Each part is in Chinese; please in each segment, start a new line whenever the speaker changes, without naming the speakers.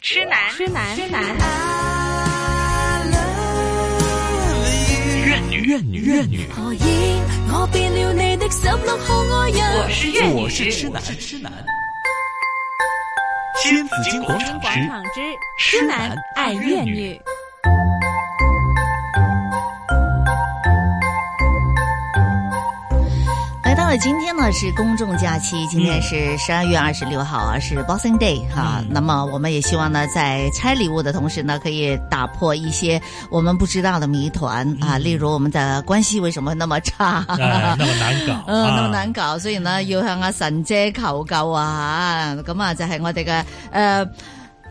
痴男，
痴男，痴男，
怨女，怨女，怨女。
何以我變了你的十六號愛人？
我是怨女，
我是痴男，是痴男。新紫金广场之
广场之
痴
痴
男
男
爱
爱
怨
怨
女
女。
来到了今天呢是公众假期，今天是
嗯
十二月二十六号啊，是 Boxing Day 哈、那么我们也希望呢，在拆礼物的同时呢，可以打破一些我们不知道的谜团、啊，例如我们的关系为什么那么差？
哎，那么难搞，
嗯，
啊
咁難搞，所以呢，要向阿神姐求救啊！吓，咁啊就係我哋嘅诶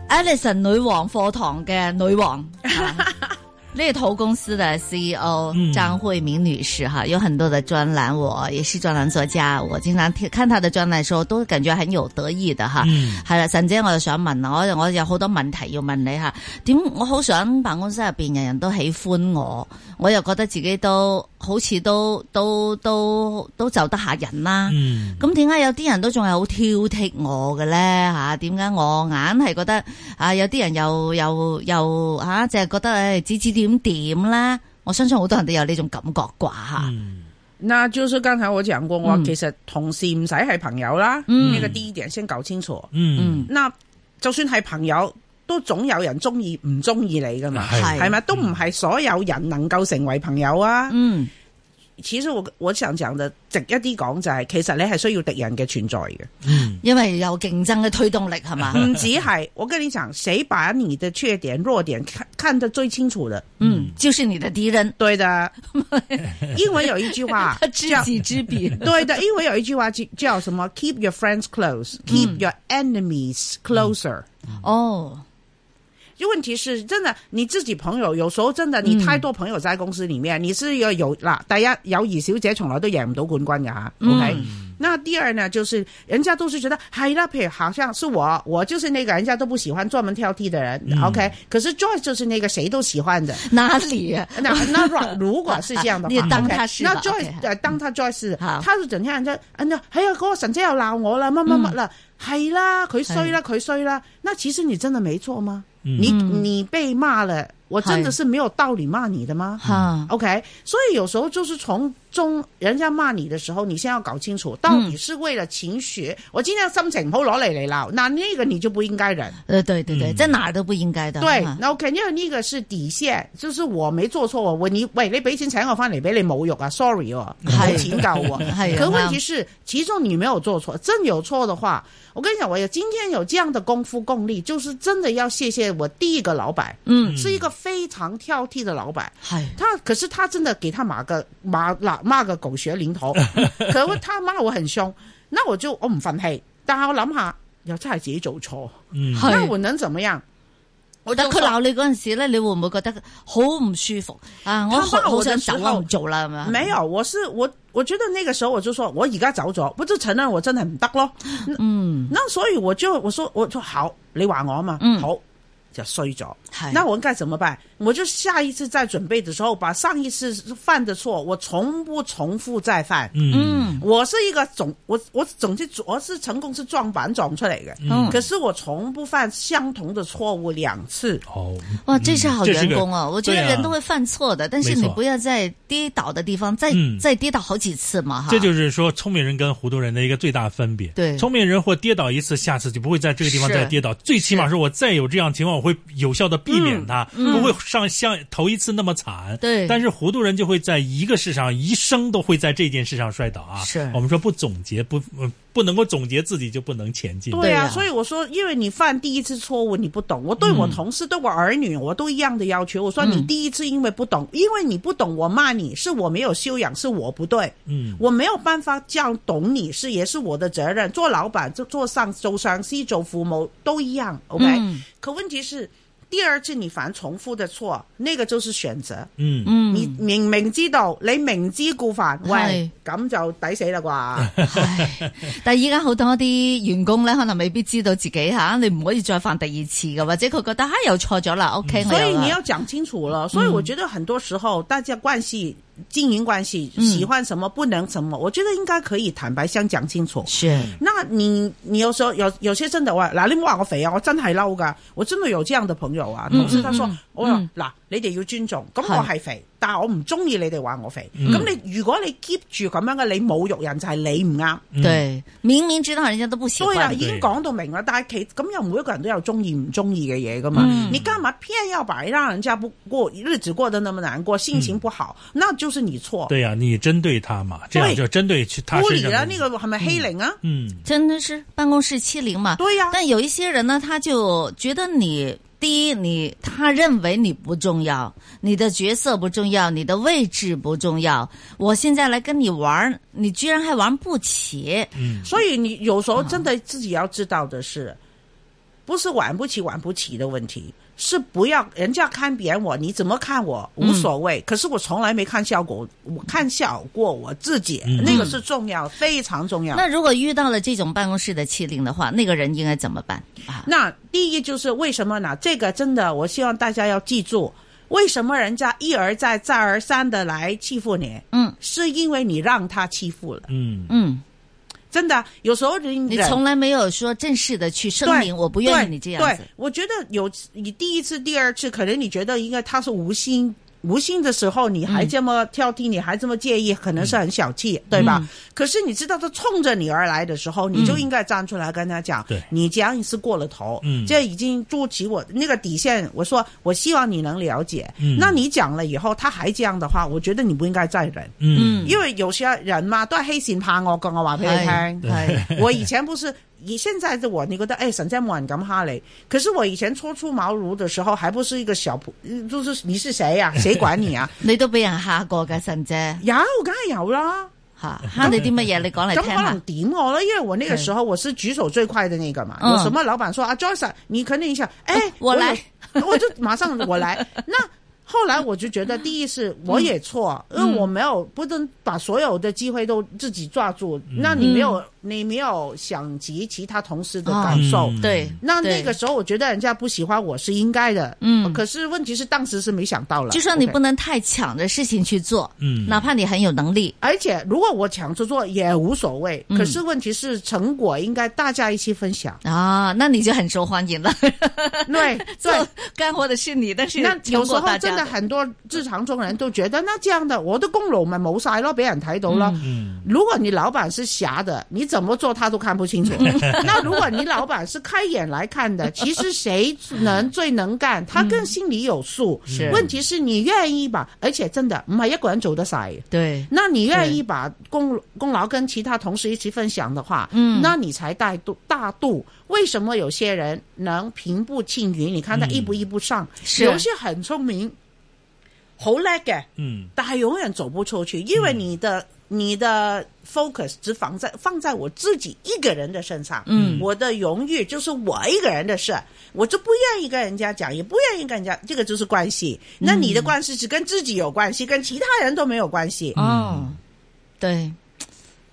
Alison 女王課堂嘅女王。啊 猎头公司的 CEO
嗯
张慧明女士哈，有很多的专栏，我也是专栏作家，我经常听看她的专栏的时候，都感觉很有得意的哈。
嗯，
系啦，神姐，我又想問啊，我我有好多問題要問你吓。點我好想辦公室入边人人都喜歡我，我又覺得自己都好似都都都都就得下人啦。
嗯，
咁點解有啲人都仲係好挑剔我嘅咧吓？點解我硬係覺得啊？有啲人又又又啊吓，就係覺得诶指指點點咧？我相信好多人都有呢種感覺啩吓。
嗯，
那就是刚才我讲过，我
嗯
其實同事唔使係朋友啦，呢、
嗯
個第一點先搞清楚。
嗯，
嗯，
那就算係朋友，都總有人中意唔中意你噶嘛，
係
係咪？都唔係所有人能夠成為朋友啊。
嗯，
其實我我想講就直一啲講就係，其實你係需要敵人嘅存在嘅，
嗯，
因為有競爭嘅推動力係嘛？
唔止係我跟你講，誰把你的缺點、弱點看看得最清楚的？
嗯，就是你的敵人。
對 的，英文有一句話
知
叫
己知彼。
对的，因为有一句话叫叫什么？Keep your friends close, keep your enemies closer。
哦，
因为问题是，真的你自己朋友有时候真的，你太多朋友在公司里面，你是要有嗱，第一友谊小姐从来都赢唔到冠军嘅吓，OK、那
嗯
第二呢，就是人家都是觉得，哎啦，譬如好像是我，我就是那个人家都不喜欢专门挑剔的人、o k 可是 Joyce 就是那个谁都喜欢的，
哪里啊？
那那 如如果是这样的
你
话，
當
OK，
他是吧
那 Joyce
OK，嗯
呃當他 Joyce，
好
他就整天人家，人家哎呀嗰個神姐又鬧我啦，乜
嗯
乜乜啦，係啦，佢衰啦，佢衰啦。那其實你真的沒錯
嗯
嗯
嗎？你你被罵了，我真的是沒有道理罵你的嗎
哈，
？OK，所以有時候就是從中人家罵你的時候，你先要搞清楚，
嗯
到底是為了情緒，我今天心情唔好攞嚟嚟鬧，那那個你就不應該忍。
呃，对对对，
嗯
在哪儿都不应该的。
對，
哈
那 OK，因為呢個是底線，就是我沒做錯喎。我你喂，你俾錢請我翻嚟俾你侮辱啊，sorry 喎，冇錢救 喎。
哎呀
可問題是，其中你沒有做錯，真有錯的話，我跟你講，我有今天有這樣的功夫功力，就是真的要謝謝我第一個老闆，
嗯，
是一個非常挑剔的老闆。
系
他可是他真的给他骂个骂嗱骂个狗血淋 頭，可是他罵我很凶，那我就我唔忿氣，但係我諗下又真係自己做錯，
嗯，
那
系。
我能怎麼樣？我就
但佢
放
闹你嗰阵时咧，你会唔会觉得好唔舒服啊？我
他
好
罵
好
我
想
的
走
時
啊，
候
唔做啦，系嘛？
没有，我是我，我觉得那个时候我就说，我而家走咗，我就承认我真系唔得咯。
嗯，
那所以我就我说我说好，你话我嘛，
嗯
好就衰咗。
系。
那我应该怎么办？我就下一次再准备的时候，把上一次犯的错，我从不重复再犯。
嗯，
嗯
我是一个总，我我总是我是成功是撞板撞出来的，
嗯
可，是我从不犯相同的错误两次。
哦，
哇，这是好
这是
员
个
工哦！我觉得
对啊
人都会犯错的，但是
没
你
错
不要在跌倒的地方再
嗯
再跌倒好几次嘛，哈。
这就是说聪明人跟糊涂人的一个最大分别。
对
聪明人或跌倒一次，下次就不会在这个地方
是
再跌倒。最起码是我再有这样情况，我会有效的避免它，不会上像头一次那么惨。
对
但是糊涂人就会在一个事上一生都会在这件事上摔倒啊。
是
我们说不总结，不呃不能够总结自己就不能前进。
对
对啊
啊，所以我说，因为你犯第一次错误，你不懂。我对我同事、对我儿女，我都一样的要求。我说，你第一次因为不懂，因为你不懂，我骂你是我没有修养，是我不对，
嗯
我没有办法教懂你是也是我的责任。做老板、做做上做上司、做父母都一样，OK、
嗯
可问题是，第二次你犯重复的错，那个就是选择。
嗯
你
嗯，
明明知道，你明知故犯，喂，咁就抵死啦啩。
唉但係依家好多啲員工咧，可能未必知道自己吓，你唔可以再犯第二次嘅，或者佢覺得吓又錯咗啦，OK，我啊
所以
有啦嗯
你要讲清楚了。所以我觉得很多时候大家关系经营关系，
嗯
喜欢什么不能什么，我觉得应该可以坦白相讲清楚。
是，
那你你有时候有有些真的話嗱，你唔好話我肥啊，我真係嬲噶，我真係有這樣的朋友啊，
嗯
同事他說，
嗯嗯
我話
嗯
嗱、你哋要尊重，咁
係
我係肥，但係我唔中意你哋話我肥，
嗯
咁、你如果你 keep 住咁樣嘅，你侮辱人就係你唔啱，
嗯，
对，明明知道人家都不喜
所以啦，
欢
啊已，經講到明啦，但係其咁又每一個人都有中意唔中意嘅嘢噶嘛，
嗯
你幹嘛偏要把讓人家不過日子過得那麼難過，心情不好，那就是你錯，
对呀、你针对他嘛，这样就针对去他
不
身
理
上
啦，
的
呢、個係咪欺凌啊？
嗯，
真的是办公室欺凌嘛。
對呀、
但有一些人呢，他就觉得你第一，你他认为你不重要，你的角色不重要，你的位置不重要。我现在来跟你玩儿，你居然还玩不起，
嗯
所以你有时候真的自己要知道的是，不是玩不起玩不起的问题，是不要人家看扁我，你怎么看我无所谓。可是我从来没看笑过，我看笑过我自己，
嗯
那个是重要，非常重要。
那如果遇到了这种办公室的欺凌的话，那个人应该怎么办啊？
那第一就是为什么呢？这个真的，我希望大家要记住，为什么人家一而再、再而三的来欺负你，
嗯
是因为你让他欺负了。
嗯
嗯，
真的，有时候人
你
人
从来没有说正式的去声明，
对
我不愿意你这样
对
子
对。，我觉得有你第一次、第二次，可能你觉得应该他是无心。无心的时候，你还这么挑剔，你还这么介意，可能是很小气，对吧？
嗯
可是你知道他冲着你而来的时候，你就应该站出来跟他讲，
对
你这样是过了头，
嗯
这已经触及我那个底线。我说，我希望你能了解。
嗯
那你讲了以后，他还这样的话，我觉得你不应该再忍，
嗯
因为有些人嘛都系欺善怕恶噶，我话俾你听。
哎
我以前不是，以现在的我，你觉得哎，沈在冇人敢哈雷。可是我以前初出茅庐的时候，还不是一个小普，嗯就是你是谁 呀、谁管你啊？
你都俾人蝦過㗎，神姐
有，梗係有啦。
吓蝦你啲乜嘢？你講嚟聽
咁可能
下。
點我了，因為我那個時候我是舉手最快的那個嘛。
嗯
有什么老板说啊，Joyce，啊你肯定一下，哎，
我
就
来，
我就马上我来。那后来我就觉得，第一是我也错，因为我没有不能把所有的机会都自己抓住。那你没有，你没有想及其他同事的感受。
嗯
对，
那
对
那个时候，我觉得人家不喜欢我是应该的，
嗯
可是问题是当时是没想到了，
就说你
OK
不能太抢着事情去做，
嗯
哪怕你很有能力，
而且如果我抢着做也无所谓，
嗯
可是问题是成果应该大家一起分 享，
啊，那你就很受欢 迎了。
对
做
对。
干活的是你，但是
那有
成
时
果
候
大
真
家
的很多职场中人都觉得，那这样的我的功劳咪冇晒咯，俾人睇到咯。
嗯
如果你老板是瞎的，你怎么做他都看不 清楚。那如果你老板是开眼来看的，其实谁能最能干，他更心里有数。
嗯
是
问题是你愿意吧？而且真的唔系一个人做得晒嘅。
对，
那你愿意把功功劳跟其他同事一起分享的话，
嗯
那你才大度大度。为什么有些人能平步青云？你看他
嗯
一步一步上，
是
有些很聪明，好叻嘅，
嗯
但系永远走不出去，因为你的、你的 focus 只放在放在我自己一个人的身上，
嗯
我的荣誉就是我一个人的事，我就不愿意跟人家讲，也不愿意跟人家，这个就是关系。那你的关系只跟自己有关系，跟其他人都没有关系。
哦，对，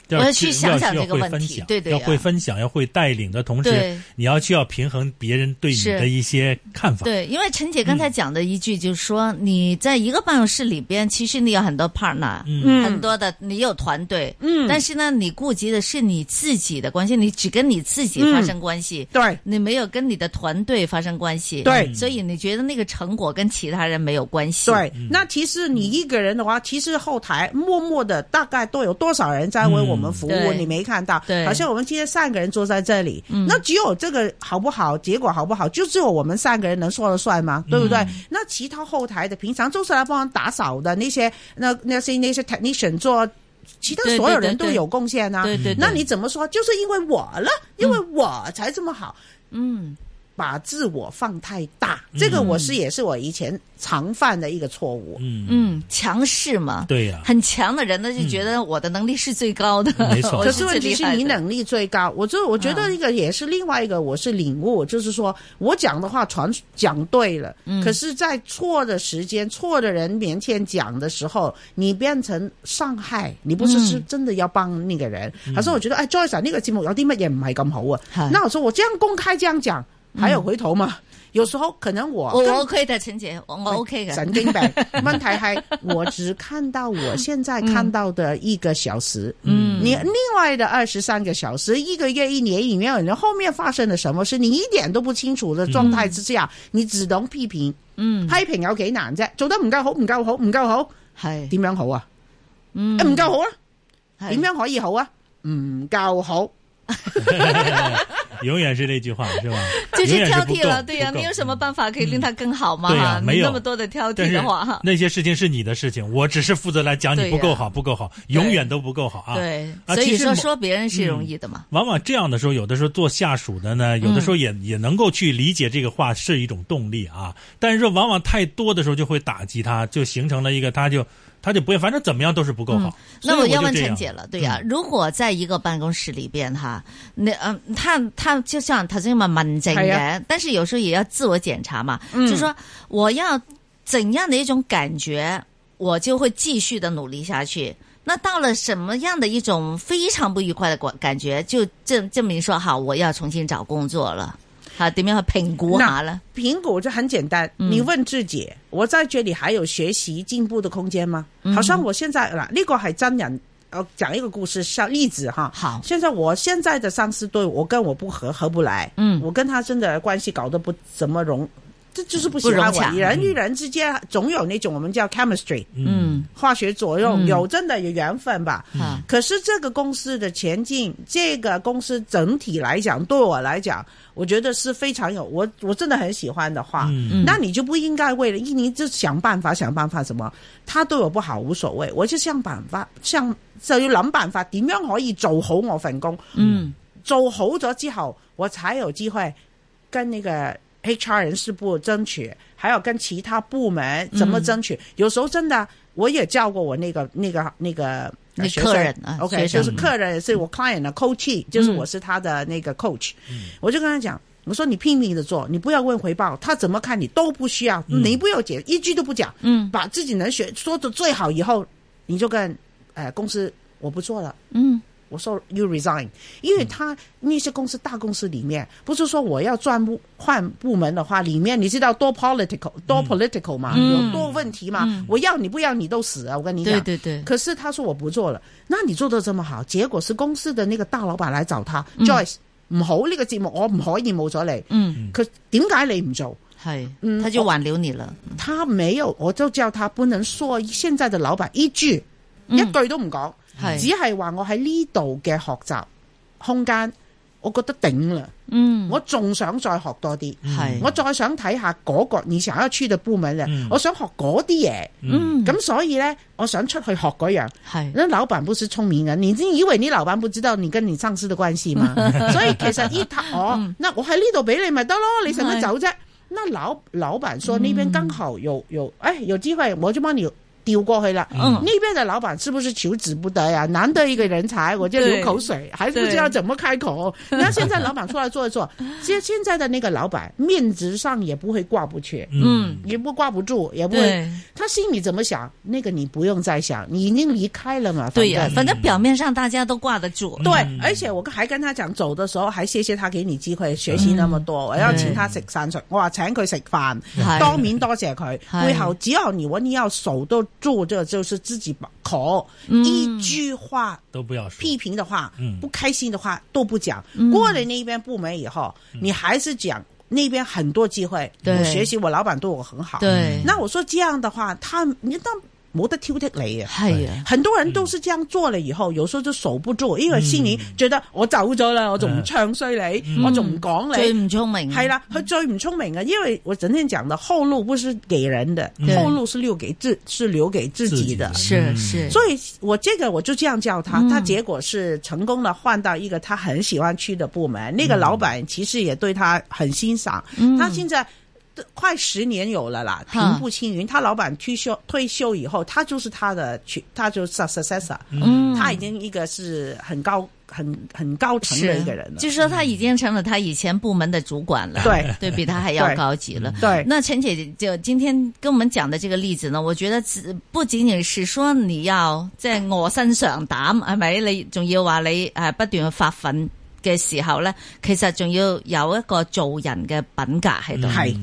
要
我要去想想
要
这个
会
问
分
题
享
对对
要
呀
会分享，要会带领的同
对
时，你要去要平衡别人对你
是
的一些看法。
对，因为陈姐刚
嗯
才讲的一句就是说，你在一个办公室里边，其实你有很多 partner，
嗯
很多的你有团队，
嗯
但是呢，你顾及的是你自己的关系，你只跟你自
嗯
己发生关系。
对
你没有跟你的团队发生关系，
对
嗯
所以你觉得那个成果跟其他人没有关系，
对，那其实你一个人的话，其实后台默默的大概都有多少人在为我们服务，
嗯对
你没看到？
对
好像我们今天三个人坐在这里，
嗯
那只有这个好不好，结果好不好，就只有我们三个人能说了算吗？
嗯
对不对？那其他后台的，平常就是来帮忙打扫的那些，那那些那些 technician 做。其他
对对
所有
对
人都
对
有贡献啊，
对对对
那你怎么说？就是因为我了，因为我才这么好。
嗯，
把自我放太大，这个我是也是我以前常犯的一个错误。
嗯
嗯，强势嘛，
对呀，
很强的人呢，就觉得我的能力是最高的，
嗯没错
我
可是问
哦最
题
厉
是
害的嗯
你，能力最高，我就我觉得一个也是另外一个，我是领悟，就是说我讲的话传讲对了，
嗯
可是，在错的时间、错的人面前讲的时候，你变成伤害，你不是
嗯
是真的要帮那个人。他说：“我觉得哎，Joyce 啊，那个节目有啲乜嘢唔系咁好啊
是。”
那我说我这样公开这样讲，还有回头嘛。有时候可能我
嗯我
根
我 OK 的，陈姐，我我
哦
OK 的。嗯
神经 病。问题系我只看到我现在看到的一个小时，
嗯
你另外的二十三个小时，一个月、一年里面，你后面发生了什么事，你一点都不清楚的状态之下，你只懂批评。
嗯，
批評有幾難啫？做得唔夠好，唔夠好，唔夠好，
系
點樣好啊？
嗯
誒唔夠好啊？
係
點樣可以好啊？唔夠好，
永远是那句话，是吧？
就是
永远
挑
不
剔
够
了，对呀、
不够
你有什么办法可以令它更好吗？
对呀
哈
没
你
有
那么多的挑
但
剔
是
的话，哈
那些事情是你的事情，我只是负责来讲你
对
不够
呀
好，不够好，永远都不够好啊。
对，
啊
所
其
以
实
说
某嗯
说别人是容易的嘛，
往往这样的时候，有的时候做下属的呢，有的时候也、也能够去理解这个话是一种动力啊。但是说往往太多的时候就会打击他，就形成了一个他就他就不会，反正怎么样都是不够好。
那
所以
我
我
要
就
问
这
陈
样
姐了，对呀、如果在一个办公室里边哈，那嗯，他他就像头先问问政
是
嘅
啊，
但是有时候也要自我检查嘛，就说我要怎样的一种感觉，我就会继续的努力下去。那到了什么样的一种非常不愉快的感感觉，就证证明说好，我要重新找工作了。好，点样去评估下呢？
苹果就很简单。
嗯
你问自己，我在这里还有学习进步的空间吗？
嗯
好像我现在嗱，呢個係真人，我讲一個故事，像例子哈。
好，
现在我现在的上司对我跟我不合，合不来，
嗯
我跟他真的关系搞得不怎么融，这就是不喜
不融
欢我
洽。
人与人之间总有那种我们叫 chemistry，
嗯，
化学作用，
嗯
有真的有缘分吧。
好，
可是这个公司的前进，这个公司整体来讲，对我来讲，我觉得是非常有我我真的很喜欢的话，
嗯
那你就不应该为了一你就想办法想办法什么，他对我不好无所谓，我就想办法想就要谂办法点样可以做好我份工，
嗯
做好咗之后，我才有机会跟那个 HR 人事部争取，还有跟其他部门怎
嗯
么争取。有时候真的，我也教过我那个那个那个。
那
呃学
客
生
人啊学生
，OK，
嗯
就是客人是我 client 的 coach，就是我是他的那个 coach，、我就跟他讲，我说你拼命的做，你不要问回报，他怎么看你都不需要，
嗯
你不要解，一句都不讲，
嗯
把自己能学说的最好以后，你就跟呃公司我不做了，
嗯
我说 you resign，因为他那些公司大公司里面，不是说我要转部换部门的话，里面你知道多 political 多 political 嘛，
嗯
有多问题嘛，
嗯
我要你不要你都死啊！我跟你讲，
对对对
可是他说我不做了，那你做的这么好，结果是公司的那个大老板来找他、Joyce，唔好呢个节目我唔可以冇咗你，
嗯，
佢點解你唔做？
系，
嗯
他就挽留你了。
他没有，我就叫他不能说现在的老板一句、
嗯
一句都唔講。只
系，
係話我喺呢度嘅學習空間，我覺得頂啦，
嗯，
我仲想再學多啲，
嗯
系，
我再想睇下嗰個你想要去嘅部門咧，
嗯
我想學嗰啲嘢，
嗯，
咁嗯所以呢，我想出去學嗰樣。
系，
那老闆不是聰明人，你真以為你老闆不知道你跟你上司的關係嘛？所以其實依他哦，那我喺呢度俾你咪得咯，你使乜走啫？那老老闆說呢邊剛好有有，哎，有機會我就幫你調過去啦。
嗯
那边的老板是不是求之不得呀？难得一个人才，我就流口水，还是不知道怎么开口。那现在老板出来做一做， 其实现在的那个老板面子上也不会挂不去，
嗯，
也不挂不住，也不会。
对，
他心里怎么想，那个你不用再想，你已经离开了嘛。
对
反
呀
正，
反正表面上大家都挂得住。
对
嗯，
而且我还跟他讲，走的时候还谢谢他给你机会学习那么多，我要
嗯
请他食散水，我话请佢食饭，
係
当面多谢佢。
係
背后只要你我你要守得住，这就是自己把口。
嗯
一句话
都不要说。
批评的话
嗯，
不开心的话都不讲。
嗯
过了那边部门以后，
嗯
你还是讲那边很多机会，
对
我学习，我老板对我很好。
对，
那我说这样的话，他你当冇得挑剔你啊。
系呀，
很多人都是这样做了以后，有时候就守不住，因为心里觉得我走咗啦，我仲唔唱衰你，我仲唔讲
嗯最
你。
唔聪明
系啦，佢最唔聪明嘅，因为我整天讲的后路不是给人的，
嗯
后路是留给自是留给自
自
己
己
的
的。
是
嗯
是，
所以我这个我就这样叫他，
嗯
他结果是成功的换到一个他很喜欢去的部门，
嗯
那个老板其实也对他很欣赏，他现在。快十年有了啦，
哈
平步青云。他老板退休退休以后，他就是他的去，他就是 successor，、
嗯
他已经一个是很高、很很高层的
是
一个人了。啊
就说他已经成了他以前部门的主管了，
对
对比他还要
对
高级了。
对，
那陈姐姐就今天跟我们讲的这个例子呢，我觉得只不仅仅是说呃你要即系卧薪尝胆，系咪？你仲要话你诶不断去发奋。嘅時候咧，其實仲要有一個做人嘅品格喺
嗯
度。
係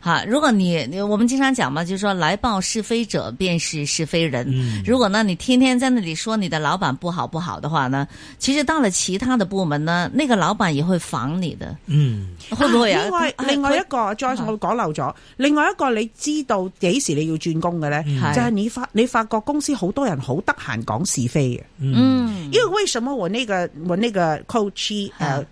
哈，如果你你我们经常讲嘛，就是说来报是非者便是是非人。
嗯
如果呢，你天天在那里说你的老板不好不好的话呢，其实到了其他的部门呢，那个老板也会防你的，
嗯
会不会啊？
另外
啊
另外一
佢
個 j o 我講漏咗。另外一個你知道幾時你要轉工嘅咧，
嗯
就係你發你發覺公司好多人好得閒講是非嘅。
嗯
嗯
因為為什麼我那個我那個 coach 呃
嗯，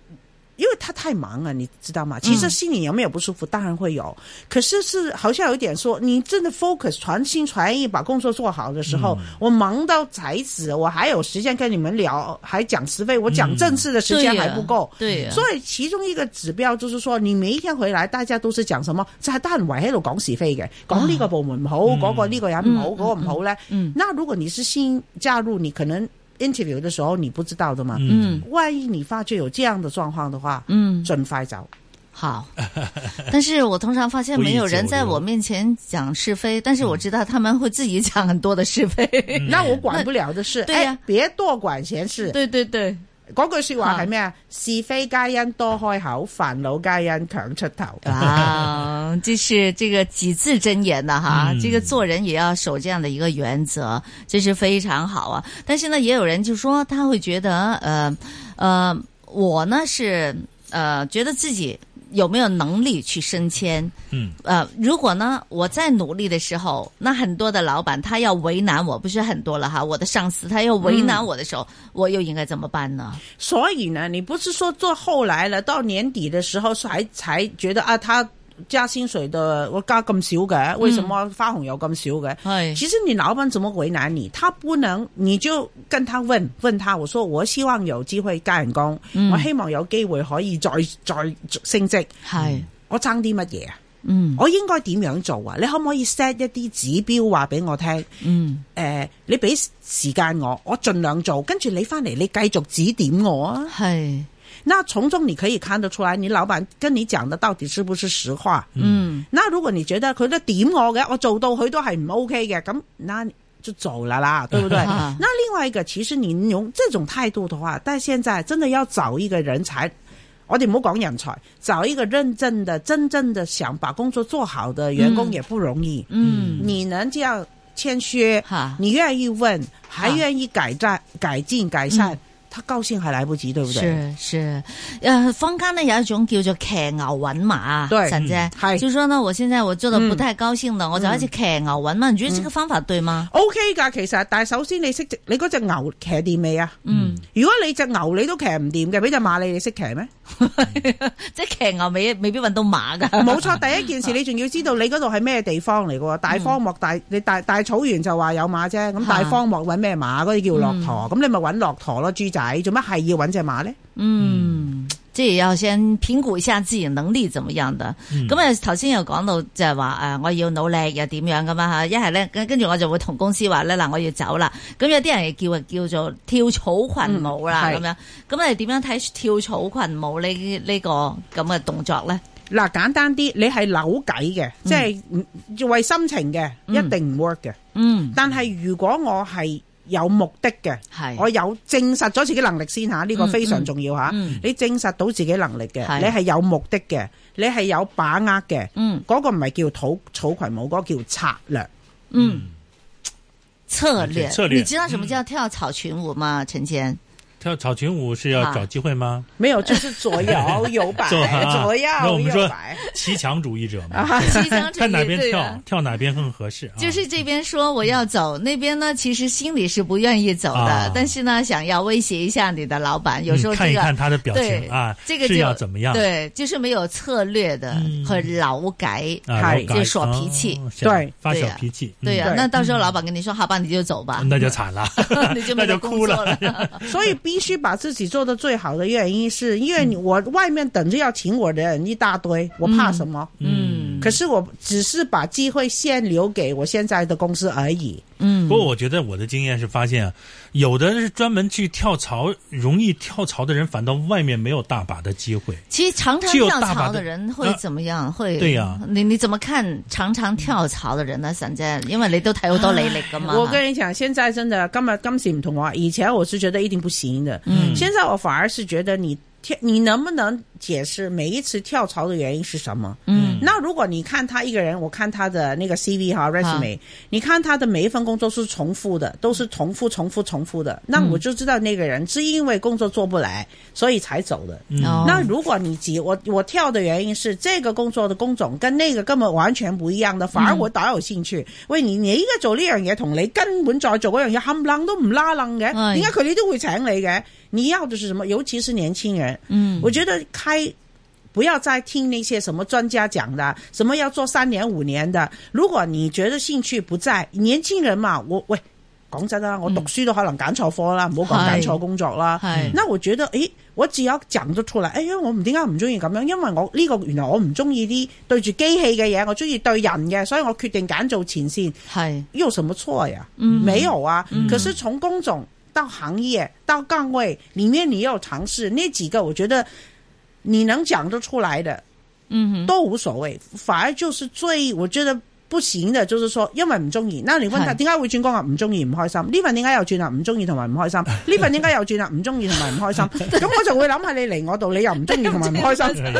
因為他太忙了，你知道嗎？其實心裡有沒有不舒服，当然會有。可是是好像有一點說，你真的 focus 全心全意把工作做好的时候，
嗯
我忙到踩死，我还有时间跟你们聊，还讲是非，我讲正事的时间还不夠。
嗯对啊呀，
所以其中一個指標就是說，你每一天回來，大家都是講什麼，就係得人圍喺度講是非嘅，講呢個部門唔好，嗰、個呢個人唔好，嗰、個唔好呢。
哦嗯
那如果你是新加入，你可能 interview 的時候你不知道的嘛，
嗯
萬一你發覺有這樣的狀況的話，
嗯
盡快走。
好。 但是我通常发现没有人在我面前讲是非，但是
嗯
我知道他们会自己讲很多的是非。
那我管不了的事，
對嗯呀
哎別多管閒事。
对對對，
嗰句說話係咩啊？是非皆因多開口，煩惱皆因強出頭。
哇，这是这个几字真言呐、哈、
嗯
这个做人也要守这样的一个原则，这是非常好啊。但是呢，也有人就说他会觉得，呃呃，我呢是呃觉得自己有没有能力去升迁，
嗯
呃，如果呢，我在努力的时候，那很多的老板他要为难我，不是很多了哈，我的上司他要为难我的时候，我又应该怎么办呢？
所以呢，你不是说做后来了，到年底的时候才才觉得啊，他加薪水的我加咁少嘅，为什么花红有咁少嘅？
哎
其实你老板怎么为难你？他不能，你就跟他问问他，我说我希望有机会加人工，我希望有机会可以再再升职，
系，
我争啲乜嘢啊？
嗯
我應該點樣做啊？你可唔可以 set 一啲指標話俾我聽？誒、
嗯，
你俾時間我，我盡量做，跟住你翻嚟，你繼續指點我啊！
系，
那从中你可以看得出来，你老板跟你讲的到底是不是实话？
嗯
那如果你觉得佢都点我嘅，我做到佢都系唔 OK 嘅，咁那你就走了啦，对不对？
啊
那另外一个，其实你用这种态度的话，但现在真的要找一个人才，我哋唔好讲人才，找一个认真的、真正的想把工作做好的员工
嗯
也不容易。
嗯，
你能这样谦虚，
哈
你愿意问，还
啊
愿意改善、改进、改善，他高兴还来不及，对不对？
嗯是是，呃，坊间呢有一种叫做骑牛揾马，
对
陈姐，
嗯是
就说呢，我现在我做的不太高兴了，我就要去骑牛揾马，你觉得这个方法对吗？
O K 噶，其實，但係首先你識隻你嗰只牛騎掂未啊？
嗯，
如果你只牛你都騎唔掂嘅，俾只馬你你識騎 咩？嗯
即系骑牛未未必揾到马噶，
冇錯，第一件事你仲要知道你嗰度係咩地方嚟嘅
嗯
喎？大荒漠大你大大草原就話有馬啫，
啊
咁大荒漠揾咩馬？嗰啲叫駱駝，咁你咪揾駱駝咯，豬仔，做乜係要揾只馬咧？
嗯，即係要先評估一下自己能力怎麼樣的。
嗯
咁啊、頭先又講到就係話誒，我要努力又點樣咁啊嚇？一係咧跟跟住我就會同公司話咧嗱，我要走啦。咁有啲人叫叫做跳草裙舞啦咁、
嗯係
樣。咁你點樣睇跳草裙舞呢呢個咁嘅動作咧？
嗱，簡單啲，你係扭計嘅，即係唔為心情嘅，
嗯
一定唔 work 嘅。
嗯，
但係如果我係有目的嘅，
係
我有證實咗自己能力先嚇，呢、個
嗯
非常重要嚇。
嗯
你證實到自己能力嘅，
係
你係有目的嘅，你係有把握嘅，
嗯
嗰、個唔係叫草草裙舞，嗰、個叫策略。
嗯。策略，
嗯策略
你知道什么叫跳草裙舞嗎？陳堅，
跳草裙舞是要找机会吗？
沒有，就是左搖右 擺，
左啊
左
那我
搖
們
右
說
擺。
骑墙主义者嘛，
啊
即將
看哪边
成為
跳、
對啊
跳哪边更合适啊。
就是这边说我要走，那边呢其实心里是不愿意走的，
啊
但是呢想要威胁一下你的老板，有时
嗯
候这
看一
个、
看他的表
对
情啊，
这个就是
要怎么样？
对，就是没有策略的
嗯
和劳改。
啊，
嗨
然后
就
改
耍脾气
哦小
对
发
对
小
呀
脾气，
对呀、
嗯对
那到时候老板跟你说：“好吧，你就走吧，
嗯，，那就惨了
你就没
那
有
就
工
哭
作
了。
了。
所以必須把自己做得最好的原因是，因為你我外面等着要請我的人一大堆，我怕什麼？
嗯
可是我只是把机会先留给我现在的公司而已。
嗯
不过我觉得我的经验是发现啊，有的是专门去跳槽，容易跳槽的人，反倒外面没有大把的机会。
其实常常
只有
跳
大把
槽
的嗯
的人会怎么样？会
对呀
你你怎么看常常跳槽的人呢？沈姐，因为你都睇好多履历噶嘛。
我跟你讲，现在真的，根本今时唔同我，以前我是觉得一定不行的，
嗯
现在我反而是觉得你。跳，你能不能解释每一次跳槽的原因是什么？
嗯
那如果你看他一个人，我看他的那个 CV 哈 resume，你看他的每一份工作是重复的，都是重复、重复、重复的，那
嗯
我就知道那个人是因为工作做不来，所以才走的。
嗯
哦
那如果你急，我我跳的原因是这个工作的工种跟那个根本完全不一樣嘅，反
嗯
而我倒有興趣。喂，你你依家做呢樣嘢同你根本再做嗰樣嘢冚唪唥都唔拉楞嘅，
哎
點解佢哋都會請你嘅？你要的是什麼？尤其是年輕人，
嗯
我觉得开。不要再听那些什么专家讲的，啊什么要做三年五年的。如果你觉得兴趣不在，年轻人嘛，我喂，讲真
嗯
啦，我读书都可能拣错科啦，唔好讲拣错工作啦。
系
那我覺得，誒，我只有講咗出嚟，哎誒，因為我唔點解唔中意咁樣，因為我呢、個原來我唔中意啲對住機器嘅嘢，我中意對人嘅，所以我決定揀做前線。
系
有什麼錯呀？
嗯
沒有啊。可是從工種到行業到崗位裡面，你要嘗試那幾個，我覺得你能講得出來的
嗯哼
都無所謂，反而就是最我覺得。不行的，就是說，因為唔中意。那你問他
係
點解會轉工啊？唔中意，唔開心。呢份點解又轉啊？唔中意同埋唔開心。呢份點解又轉啊？唔中意同埋唔 開心。咁我就會諗下你嚟我度，你又唔中意同埋唔開心。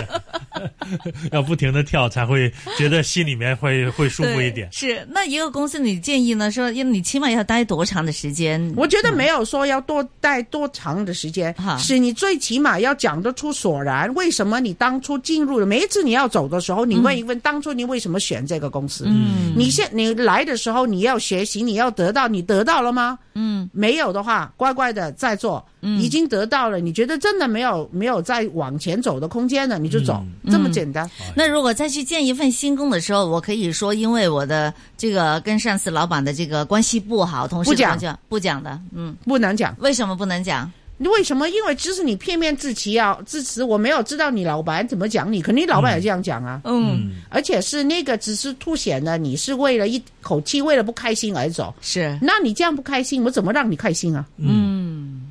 要不停的跳才会觉得心里面 会会舒服一点。
是，那一个公司你建议呢？说，因为你起码要待多长的时间？
我觉得没有说要多待多长的时间
哈，
是你最起码要讲得出所然，为什么你当初进入了？每一次你要走的时候，你问一问当初你为什么选这个公司？
嗯
你现你来的时候，你要学习，你要得到，你得到了吗？
嗯
没有的话，乖乖的再做。
嗯
已经得到了，你觉得真的没有没有再往前走的空间了，你就走，
嗯
这么简单。
那如果再去见一份新工的时候，我可以说，因为我的这个跟上司、老板的这个关系不好，同事
不讲
关系不讲的，嗯，
不能讲
为什么不能讲？
为什么？因为即使你片面自欺啊，自持，我没有知道你老板怎么讲你，肯定老板也这样讲啊。
嗯，
嗯，
而且是那个只是凸显了你是为了一口气，为了不开心而走。
是，
那你这样不开心，我怎么让你开心啊？
嗯，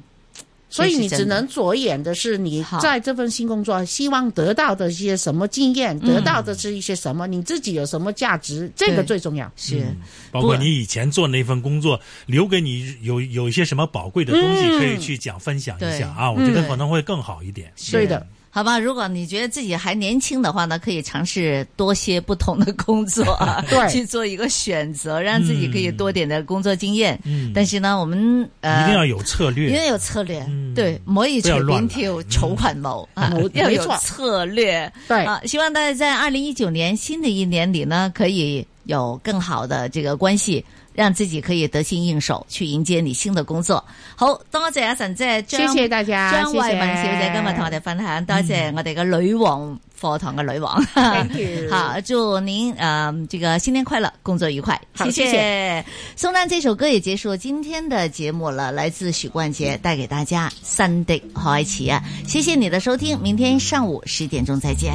所以
这是
你只
真的
能着眼的是你
好
在这份新工作希望得到的一些什么经验，得到的是一些什
嗯
么，你自己有什么价值，这个
对
最重要。
是。
包括
不
你以前做那份工作，留给你有有一些什么宝贵的东
嗯
西，可以去讲分享一下啊，我觉得可能会更好一点。
是
对的，，
好吧，如果你觉得自己还年轻的话呢，可以尝试多些不同的工作啊
对
去做一个选择，让自己可以多点的工作经验。
嗯，
但是呢，我们呃，
一定要有策
一定
略。
要有策略，
嗯
对，唔可以随
不要乱
便
来嗯
跳草裙舞啊
冇，
要有
没错
策略
对，
啊。希望大家在二零一九年新的一年里呢，可以有更好的这个关系，让自己可以得心应手，去迎接你新的工作。好多謝阿神姐張，
谢谢大家，
張
谢
慧
谢嗯
敏小姐今日同我哋分享，多謝我哋嘅女王課堂嘅女王。
Thank you
啊好，祝您呃这个新年快乐，工作愉快，
好
谢
谢
谢。送上这首歌也结束今天的节目了，来自许冠杰带给大家《三的开始》啊，谢谢你的收听，明天上午十点钟再见。